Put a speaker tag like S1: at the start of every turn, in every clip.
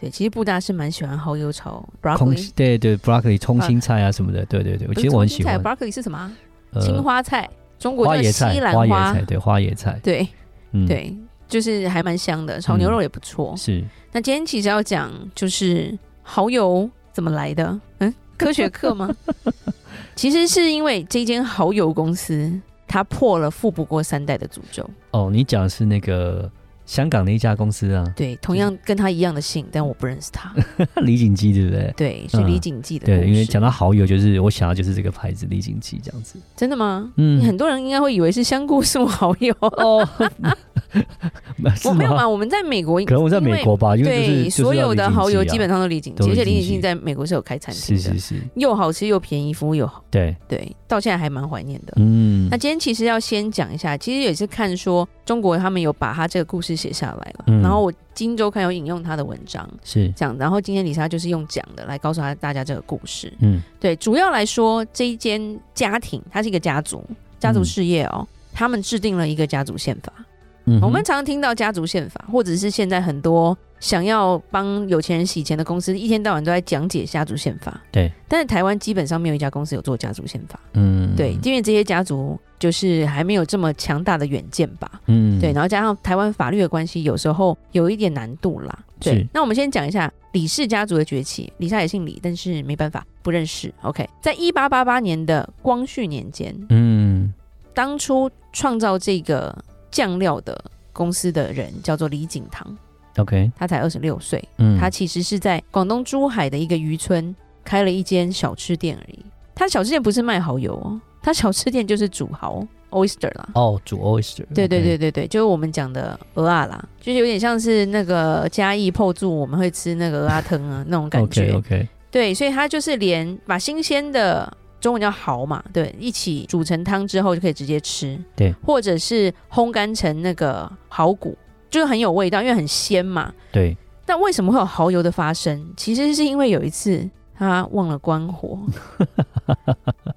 S1: 对，其实布大是蛮喜欢蚝油炒
S2: 空
S1: broccoli。
S2: 对对 broccoli 葱心菜啊什么的，对对对，
S1: 不
S2: 其
S1: 是
S2: 实我很喜欢
S1: 葱青菜 broccoli 是什么啊？
S2: 呃
S1: 青花菜，中国
S2: 花
S1: 叫
S2: 椰菜
S1: 西兰
S2: 花椰菜，对花椰菜，
S1: 对
S2: 嗯，
S1: 对，就是还蛮香的，炒牛肉也不错。
S2: 是
S1: 那今天其实要讲就是蚝油怎么来的， 嗯，科学课吗？其实是因为这间蚝油公司它破了富不过三代的诅咒。
S2: 哦，你讲的是那个香港的一家公司啊，
S1: 对，同样跟他一样的姓，但我不认识他。
S2: 李锦记，对不对？
S1: 对，是
S2: 嗯
S1: 李锦记的故事。
S2: 对，因为讲到蚝油，就是我想到就是这个牌子李锦记这样子。
S1: 真的吗？
S2: 嗯
S1: 很多人应该会以为是香菇素蚝油。
S2: 哦， 是
S1: 我没有
S2: 吗？
S1: 嘛，我们在美国，
S2: 可能我在美国吧，因为就是
S1: 对
S2: 就是
S1: 所有
S2: 要李
S1: 的
S2: 锦
S1: 蚝油
S2: 记啊
S1: 基本上都李锦
S2: 都
S1: 记，而且
S2: 李
S1: 李
S2: 锦
S1: 锦
S2: 记
S1: 记在美国是有开餐厅
S2: 是
S1: 的
S2: 是，是，
S1: 又好吃又便宜，服务又好，
S2: 对，
S1: 对，到现在还蛮怀念的。
S2: 嗯
S1: 那今天其实要先讲一下，其实也是看说中国他们有把他这个故事写下来了，
S2: 嗯
S1: 然后我《金周刊》有引用他的文章
S2: 是
S1: 讲，然后今天李莎就是用讲的来告诉他大家这个故事。
S2: 嗯
S1: 对，主要来说这一间家庭，它是一个家族，家族事业哦，他们制定了一个家族宪法。
S2: 嗯嗯哼，
S1: 我们常听到家族宪法，或者是现在很多想要帮有钱人洗钱的公司，一天到晚都在讲解家族宪法。
S2: 对，
S1: 但是台湾基本上没有一家公司有做家族宪法。
S2: 嗯
S1: 对，因为这些家族就是还没有这么强大的远见吧。
S2: 嗯
S1: 对，然后加上台湾法律的关系，有时候有一点难度啦。对
S2: 是，
S1: 那我们先讲一下李氏家族的崛起。李莎也姓李，但是没办法不认识。OK，在一八八八年的光绪年间，
S2: 嗯
S1: 当初创造这个酱料的公司的人叫做李锦堂，
S2: OK
S1: 他才二十六岁，
S2: 嗯
S1: 他其实是在广东珠海的一个渔村开了一间小吃店而已。他小吃店不是卖蚝油哦，他小吃店就是煮蚝 oyster 啦。
S2: 哦煮 oyster
S1: 对对
S2: OK
S1: 对对对，就是我们讲的鹅啊啦，就是有点像是那个嘉义泡住我们会吃那个鹅啊汤啊那种感觉。
S2: OK OK
S1: 对，所以他就是连把新鲜的中文叫蚝嘛，对，一起煮成汤之后就可以直接吃。
S2: 对，
S1: 或者是烘干成那个蚝骨，就是很有味道，因为很鲜嘛。
S2: 对
S1: 但为什么会有蚝油的发生？其实是因为有一次他忘了关 火，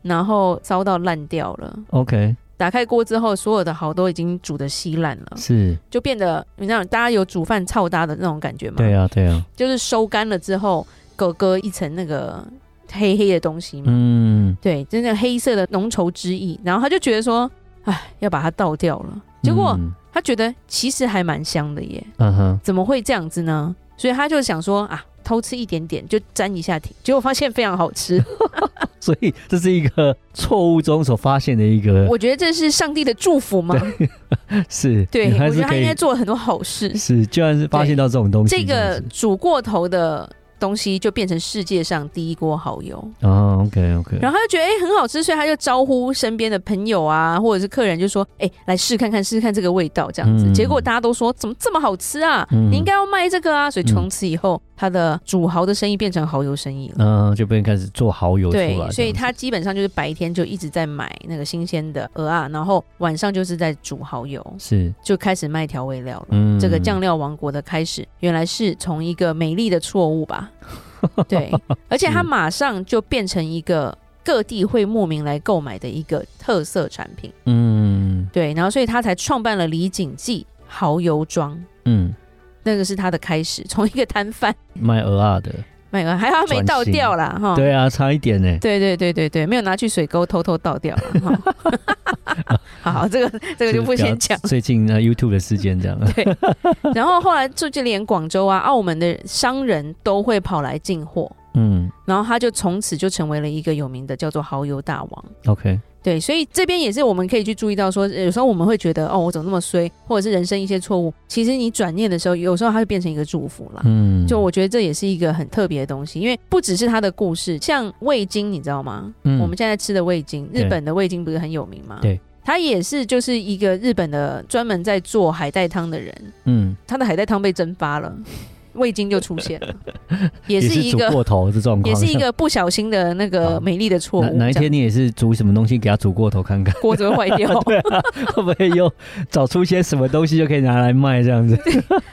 S1: 然后烧到烂掉了。
S2: OK
S1: 打开锅之后，所有的蚝都已经煮的稀烂了，
S2: 是
S1: 就变得你知道，大家有煮饭操搭的那种感觉吗？
S2: 对啊对啊
S1: 就是收干了之后，隔隔一层那个黑黑的东西嘛。
S2: 嗯
S1: 对，真的黑色的浓稠汁液。然后他就觉得说，哎，要把它倒掉了。结果
S2: 嗯
S1: 他觉得其实还蛮香的耶，
S2: 嗯哼
S1: 怎么会这样子呢？所以他就想说啊，偷吃一点点就沾一下停，结果发现非常好 吃。
S2: 所以这是一个错误中所发现的一个
S1: 我觉得这是上帝的祝福吗？
S2: 是
S1: 对，
S2: 你还
S1: 我觉
S2: 是
S1: 得他
S2: 可
S1: 应
S2: 以
S1: 该做了很多好 事。
S2: 是居然是发现到这种东西
S1: 这
S2: 样
S1: 个
S2: 子
S1: 煮过头的东西就变成世界上第一锅蚝油。
S2: 哦 OK OK
S1: 然后他就觉得哎、诶很好吃，所以他就招呼身边的朋友啊，或者是客人，就说哎、诶来试看看试试看这个味道这样子。
S2: 嗯
S1: 结果大家都说怎么这么好吃啊？
S2: 嗯
S1: 你应该要卖这个啊！所以
S2: 嗯
S1: 从此以后，他的煮蚝的生意变成蚝油生意了。
S2: 嗯就变成开始做蚝油出来这
S1: 对
S2: 样，子，
S1: 所以他基本上就是白天就一直在买那个新鲜的鹅啊，然后晚上就是在煮蚝油，
S2: 是
S1: 就开始卖调味料了。
S2: 嗯
S1: 这个酱料王国的开始，原来是从一个美丽的错 误吧？对，而且它马上就变成一个各地会慕名来购买的一个特色产品。
S2: 嗯
S1: 对，然后所以他才创办了李锦记蚝油庄，
S2: 嗯
S1: 那个是他的开始，从一个摊贩
S2: 卖鹅啊的，
S1: 卖鹅，还好他没倒掉啦，哈。
S2: 对啊，差一点呢。
S1: 对对对对对，没有拿去水沟偷偷倒掉了。哈 好好，这个这个就不
S2: 是
S1: 先
S2: 比较
S1: 讲。
S2: 最近呃 YouTube 的事件这样，
S1: 然后后来就就连广州啊、澳门的商人都会跑来进货，
S2: 嗯
S1: 然后他就从此就成为了一个有名的叫做蚝油大王。
S2: ，OK，
S1: 对，所以这边也是我们可以去注意到说，呃有时候我们会觉得哦，我怎么那么衰，或者是人生一些错误。其实你转念的时候，有时候它会变成一个祝福啦。
S2: 嗯，
S1: 就我觉得这也是一个很特别的东西，因为不只是它的故事，像味精，你知道吗？
S2: 嗯
S1: 我们现在吃的味精，
S2: 对
S1: 日本的味精不是很有名吗？
S2: 对，
S1: 它也是就是一个日本的专门在做海带汤的人，
S2: 嗯
S1: 他的海带汤被蒸发了，味精就出现了，也
S2: 也
S1: 是一
S2: 煮
S1: 个
S2: 过头这状况，
S1: 也是一个不小心的那个美丽的错误
S2: 哪。哪一
S1: 这样
S2: 天你也是煮什么东西给它煮过头看看，
S1: 锅子会坏掉？
S2: 对啊， 会不会又找出些什么东西就可以拿来卖这样 子？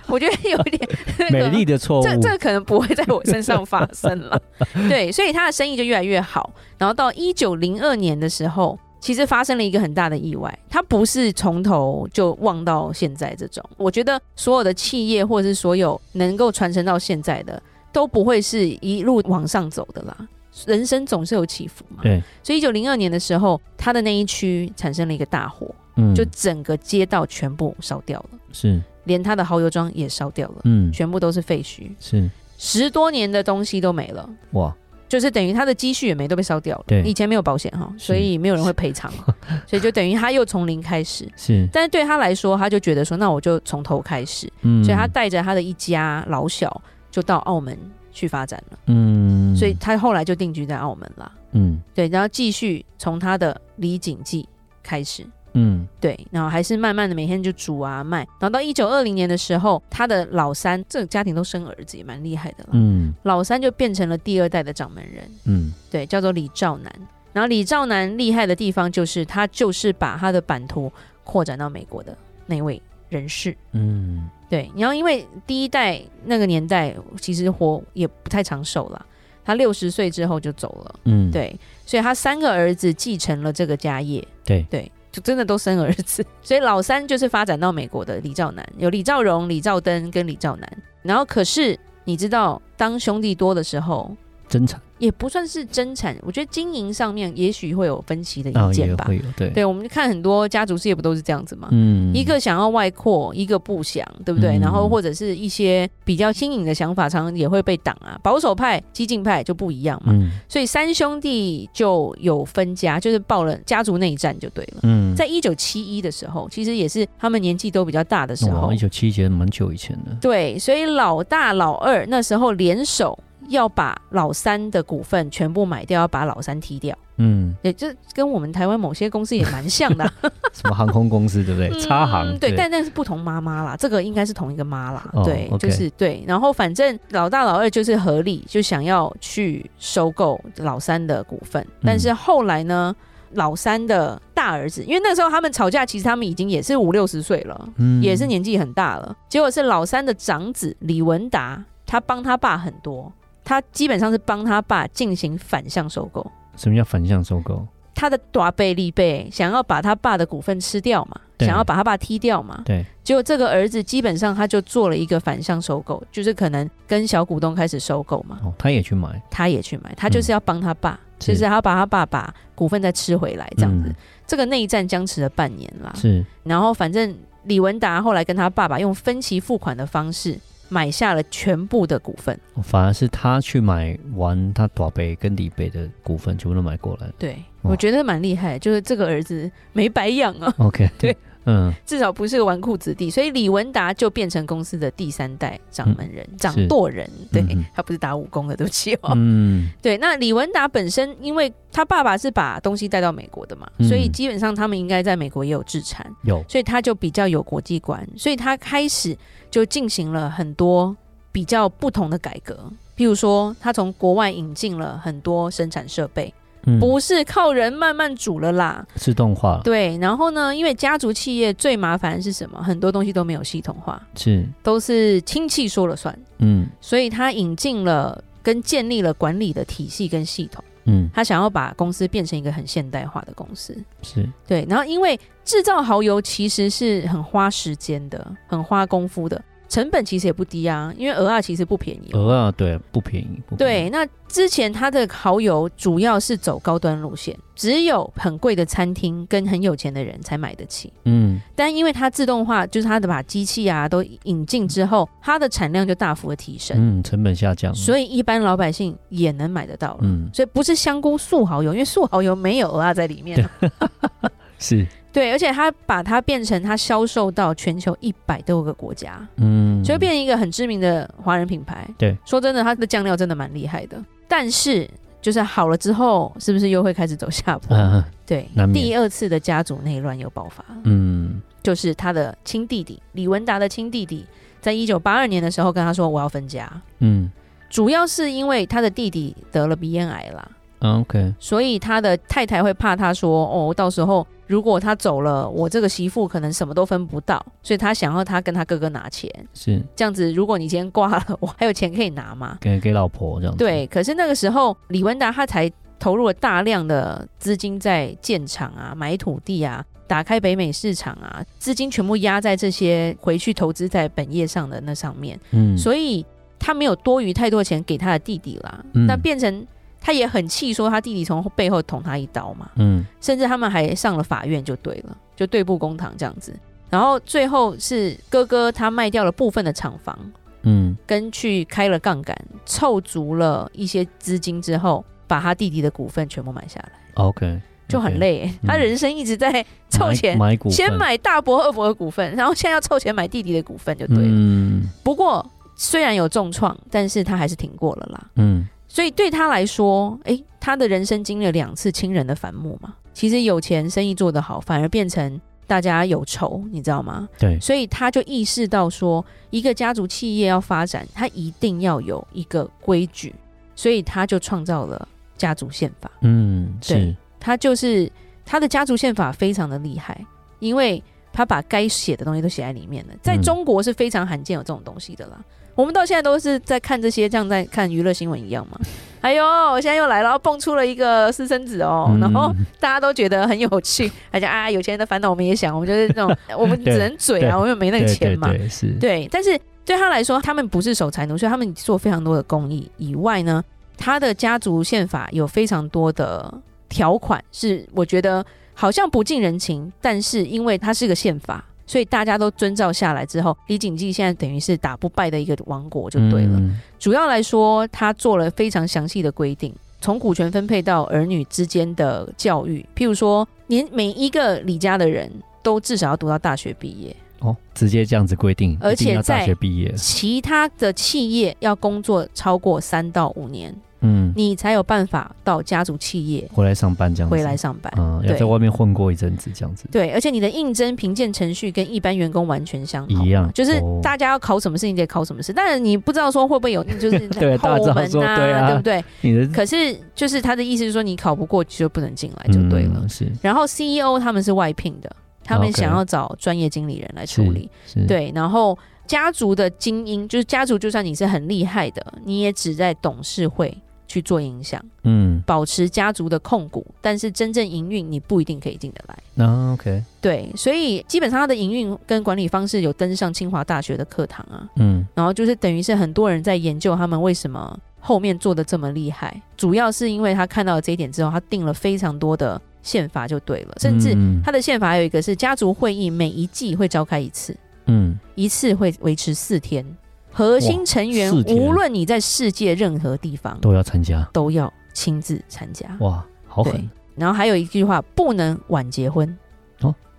S1: 我觉得有点那
S2: 美
S1: 个
S2: 丽的错误，
S1: 这这可能不会在我身上发生了。对，所以他的生意就越来越好。然后到一九零二年的时候，其实发生了一个很大的意外，他不是从头就旺到现在这种。我觉得所有的企业或者是所有能够传承到现在的，都不会是一路往上走的啦。人生总是有起伏嘛，
S2: 对，
S1: 所以一九零二年的时候，他的那一区产生了一个大火，
S2: 嗯，
S1: 就整个街道全部烧掉了，
S2: 是，
S1: 连他的蚝油庄也烧掉了，
S2: 嗯，
S1: 全部都是废墟。
S2: 是，
S1: 十多年的东西都没了，
S2: 哇，
S1: 就是等于他的积蓄也没都被烧掉了。
S2: 对
S1: 以前没有保险哈，
S2: 是
S1: 所以没有人会赔偿， 所以就等于他又从零开始。
S2: 是，
S1: 但是对他来说，他就觉得说，那我就从头开始，
S2: 嗯，
S1: 所以他，带着他的一家老小就到澳门去发展了，
S2: 嗯，
S1: 所以，他后来就定居在澳门啦。
S2: 嗯，
S1: 对，然后继续从他的李锦记开始。
S2: 嗯，
S1: 对，然后还是慢慢的每天就煮啊卖，然后到一九二零年的时候，他的老三这个家庭都生儿子，也蛮厉害的啦。
S2: 嗯，
S1: 老三就变成了第二代的掌门人，
S2: 嗯，
S1: 对，叫做李兆南。然后李兆南厉害的地方就是他就是把他的版图扩展到美国的那位人士。
S2: 嗯，
S1: 对，然后因为第一代那个年代其实活也不太长寿啦，他六十岁之后就走了，
S2: 嗯，，
S1: 对，所以他三个儿子继承了这个家业，
S2: 对，
S1: 对，就真的都生儿子， 所以老三就是发展到美国的李兆南，有李兆荣、李兆登跟李兆南。然后可是你知道，当兄弟多的时候，
S2: 真产
S1: 也不算是争产，我觉得经营上面也许会有分歧的
S2: 啊
S1: 意见
S2: 也
S1: 吧。
S2: 会有，对，
S1: 对，我们就看很多家族事业不都是这样子吗？
S2: 嗯，
S1: 一个想要外扩，一个不想，对不对？
S2: 嗯
S1: 然后或者是一些比较新颖的想法，常常也会被挡啊。保守派、激进派就不一样嘛，
S2: 嗯，
S1: 所以三兄弟就有分家，就是爆了家族内战就对了。
S2: 嗯，
S1: 在一九七一的时候，其实也是他们年纪都比较大的时候
S2: 哇，一，九七节蛮久以前的，
S1: 对，所以老大、老二那时候联手要把老三的股份全部买掉，要把老三踢掉。
S2: 嗯，
S1: 也这跟我们台湾某些公司也蛮像 的啊，
S2: 什么航空公司对不
S1: 嗯
S2: 对？哎差航，
S1: 对，但那是不同妈妈啦，这个应该是同一个妈啦，
S2: 哦
S1: 对，
S2: OK
S1: 就是对。然后反正老大老二就是合力就想要去收购老三的股份，
S2: 嗯
S1: 但是后来呢，老三的大儿子，因为那时候他们吵架，其实他们已经也是五六十岁了，
S2: 嗯
S1: 也是年纪很大了。结果是老三的长子李文达，他帮他爸很多，他基本上是帮他爸进行反向收购。
S2: 什么叫反向收购？
S1: 他的大贝利贝想要把他爸的股份吃掉嘛，
S2: 对
S1: 想要把他爸踢掉嘛，
S2: 对，
S1: 结果这个儿子基本上他就做了一个反向收购，就是可能跟小股东开始收购嘛，
S2: 哦，他也去买，
S1: 他也去买，他就是要帮他爸，
S2: 嗯是
S1: 就是啊他把他爸把股份再吃回来这样子。
S2: 嗯
S1: 这个内战僵持了半年啦，
S2: 是，
S1: 然后反正李文达后来跟他爸爸用分期付款的方式买下了全部的股份，
S2: 哦反而是他去买完他短北跟李北的股份全部都买过来
S1: 对
S2: 哇
S1: 我觉得蛮厉害，就是这个儿子没白养啊，
S2: ，OK，
S1: 对，
S2: 嗯，
S1: 至少不是个纨绔子弟，所以李文达就变成公司的第三代掌门人、掌舵人。对、
S2: 嗯嗯嗯
S1: 他不是打武功的，对不起哦。
S2: 嗯，
S1: 对，那李文达本身，因为他爸爸是把东西带到美国的嘛，
S2: 嗯
S1: 所以基本上他们应该在美国也有制产，
S2: 有，
S1: 所以他就比较有国际观，所以他开始就进行了很多比较不同的改革。譬如说，他从国外引进了很多生产设备，
S2: 嗯，啊
S1: 不是靠人慢慢煮了啦，
S2: 自动化，
S1: 对，然后呢，因为家族企业最麻烦的是什么？很多东西都没有系统化，
S2: 是，
S1: 都是亲戚说了算，
S2: 嗯
S1: 所以他引进了跟建立了管理的体系跟系统，
S2: 嗯，
S1: 他想要把公司变成一个很现代化的公司。
S2: 是，
S1: 对，然后因为制造蚝油其实是很花时间的，很花功夫的，成本其实也不低啊，因为鹅啊其实不便宜哦、
S2: 鹅啊，对，不便宜，不便
S1: 对，
S2: 宜，
S1: 那之前它的蚝油主要是走高端路线，只有很贵的餐厅跟很有钱的人才买得起。
S2: 嗯
S1: 但因为它自动化，就是它的把机器啊都引进之后，它的产量就大幅的提升，
S2: 嗯，成本下降，以，
S1: 所以一般老百姓也能买得到了。
S2: 嗯，
S1: 所以不是香菇素蚝油，因为素蚝油没有鹅啊在里面啊。
S2: 是，
S1: 对，而且它把它变成它销售到全球一百多个国家，
S2: 嗯，
S1: 所以变成一个很知名的华人品牌。
S2: 对，
S1: 说真的，它的酱料真的蛮厉害的。但是就是好了之后，是不是又会开始走下坡？
S2: 嗯
S1: 对
S2: 难，免
S1: 第二次的家族内乱又爆发了。
S2: 嗯
S1: 就是他的亲弟弟李文达的亲弟弟在一九八二年的时候跟他说我要分家，
S2: 嗯
S1: 主要是因为他的弟弟得了鼻咽癌啦，
S2: 啊，OK，
S1: 所以他的太太会怕他说哦，到时候如果他走了，我这个媳妇可能什么都分不到，所以他想要他跟他哥哥拿钱，
S2: 是
S1: 这样子如果你今天挂了，我还有钱可以拿吗？
S2: 给给老婆这样子。，
S1: 对，可是那个时候李文达他才投入了大量的资金在建厂啊、买土地啊、打开北美市场啊，资金全部压在这些回去投资在本业上的那上面，
S2: 嗯，
S1: 所以他没有多余太多钱给他的弟弟啦，
S2: 嗯
S1: 那变成。他也很气，说他弟弟从背后捅他一刀嘛，
S2: 嗯
S1: 甚至他们还上了法院，就对了，就对簿公堂这样子。然后最后是哥哥他卖掉了部分的厂房，
S2: 嗯
S1: 跟去开了杠杆，凑足了一些资金之后，把他弟弟的股份全部买下来，
S2: ，OK，
S1: 就很。累欸、
S2: 嗯
S1: 他人生一直在 凑钱，
S2: 买股份
S1: 先买大伯、二伯的股份，然后现在要凑钱买弟弟的股份，就对了。
S2: 嗯
S1: 不过虽然有重创，但是他还是挺过了啦。
S2: 嗯
S1: 所以对他来说，诶，他的人生经历了两次亲人的反目嘛。其实有钱，生意做得好，反而变成大家有仇，你知道吗？
S2: 对
S1: 所以他就意识到说，一个家族企业要发展，他一定要有一个规矩，所以他就创造了家族宪法。
S2: 嗯
S1: 对
S2: 是
S1: 他就是他的家族宪法非常的厉害，因为他把该写的东西都写在里面了。在
S2: 嗯
S1: 中国是非常罕见有这种东西的啦。我们到现在都是在看这些，像在看娱乐新闻一样 嘛。哎呦，我现在又来了，蹦出了一个私生子哦，然后
S2: 嗯
S1: 大家都觉得很有趣，还讲啊，有钱人的烦恼我们也想，我们就是 那种，我们只能嘴
S2: 对
S1: 啊，我们又没那个
S2: 对
S1: 钱嘛。
S2: 对对是
S1: 对，但是对他来说，他们不是守财奴，所以他们做非常多的公益以外呢，他的家族宪法有非常多的条款是我觉得好像不近人情，但是因为它是个宪法，所以大家都遵照下来之后，李锦记现在等于是打不败的一个王国就对了。
S2: 嗯
S1: 主要来说，他做了非常详细的规定，从股权分配到儿女之间的教育，譬如说，连每一个李家的人都至少要读到大学毕业。
S2: 哦，直接这样子规定，
S1: 而
S2: 一定
S1: 且
S2: 要大
S1: 在
S2: 学毕业，
S1: 其他的企业要工作超过三到五年，
S2: 嗯，
S1: 你才有办法到家族企业
S2: 回来上班这样子，
S1: 回来上班。
S2: 嗯，要
S1: 对
S2: 在外面混过一阵子这样子，
S1: 对，而且你的应征评鉴程序跟一般员工完全相同，
S2: 一样
S1: 就是
S2: 哦
S1: 大家要考什么事情得考什么事。当然你不知道说会不会有，就 是
S2: 对大家
S1: 后
S2: 知道
S1: 门
S2: 说
S1: 啊，
S2: 对啊
S1: 不对？
S2: 你的
S1: 可是就是他的意思是说，你考不过就不能进来就对了。
S2: 嗯是
S1: 然后 CEO 他们是外聘的，他们
S2: OK
S1: 想要找专业经理人来处理。
S2: 是，
S1: 对，然后家族的精英，就是家族，就算你是很厉害的，你也只在董事会去做影响，
S2: 嗯，
S1: 保持家族的控股，但是真正营运你不一定可以进得来。
S2: 那 OK，
S1: 对，所以基本上他的营运跟管理方式有登上清华大学的课堂啊，
S2: 嗯
S1: 然后就是等于是很多人在研究他们为什么后面做的这么厉害，主要是因为他看到了这一点之后，他定了非常多的宪法就对了，甚至
S2: 嗯
S1: 他的宪法还有一个是家族会议每一季会召开一次，
S2: 嗯
S1: 一次会维持四天，核心成员
S2: 哇四天
S1: 无论你在世界任何地方
S2: 都要参加，
S1: 都要亲自参加。
S2: 哇，好
S1: 对
S2: 狠，嗯
S1: 然后还有一句话，不能晚结婚，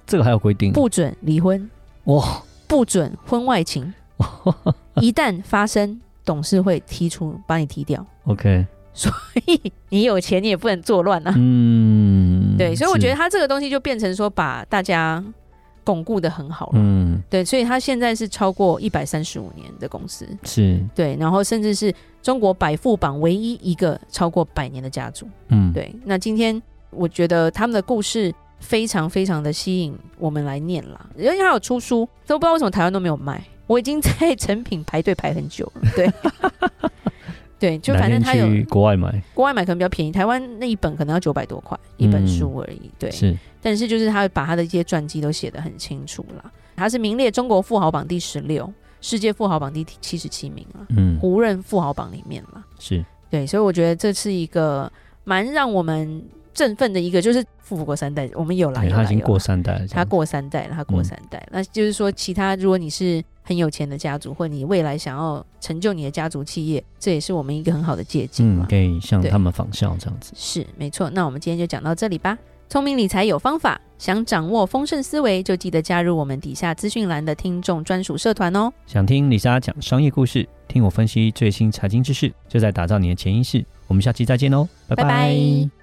S2: 这个还有规定，
S1: 不准离婚，
S2: 哇，
S1: 不准婚 外情，一旦发生，董事会踢出，把你踢掉。
S2: OK，
S1: 你有钱你也不能作乱啊。
S2: 嗯，
S1: 对，所以我觉得
S2: 是，
S1: 他这个东西就变成说，把大家巩固的很好了。
S2: 嗯，
S1: 对，所以他现在是超过一百三十五年的公司。
S2: 是，
S1: 对，然后甚至是中国百富榜唯一一个超过百年的家族。
S2: 嗯，，
S1: 对，那今天我觉得他们的故事非常非常的吸引我们来念啦，而且还有出书，都不知道为什么台湾都没有卖，我已经在成品排队排很久了。对， 对，就反正他有
S2: 去国外买，
S1: 国外买可能比较便宜，台湾那一本可能要九百多块一本
S2: 嗯
S1: 书而已。对，
S2: 是，
S1: 但是就是他把他的一些传记都写得很清楚啦，他是名列中国富豪榜第十六，世界富豪榜第七十七名啊。
S2: 嗯，
S1: 胡润富豪榜里面啦。
S2: 是，
S1: 对，所以我觉得这是一个蛮让我们振奋的一个，就是富不过三代，我们有啦，
S2: 对，
S1: 有啦
S2: 哎他已经
S1: 有啦
S2: 过三代了，这嗯
S1: 他
S2: 样嗯
S1: 过三代了，他过三代，那就是说，其他如果你是很有钱的家族，或你未来想要成就你的家族企业，这也是我们一个很好的借鉴
S2: 嗯
S1: 嘛。，
S2: 可以向
S1: 对
S2: 他们仿效这样子，
S1: 是，没错。那我们今天就讲到这里吧。聪明理财有方法，想掌握丰盛思维，就记得加入我们底下资讯栏的听众专属社团哦。
S2: 想听李莎讲商业故事，听我分析最新财经知识，就在打造你的潜意识。我们下期再见喽，拜
S1: 拜拜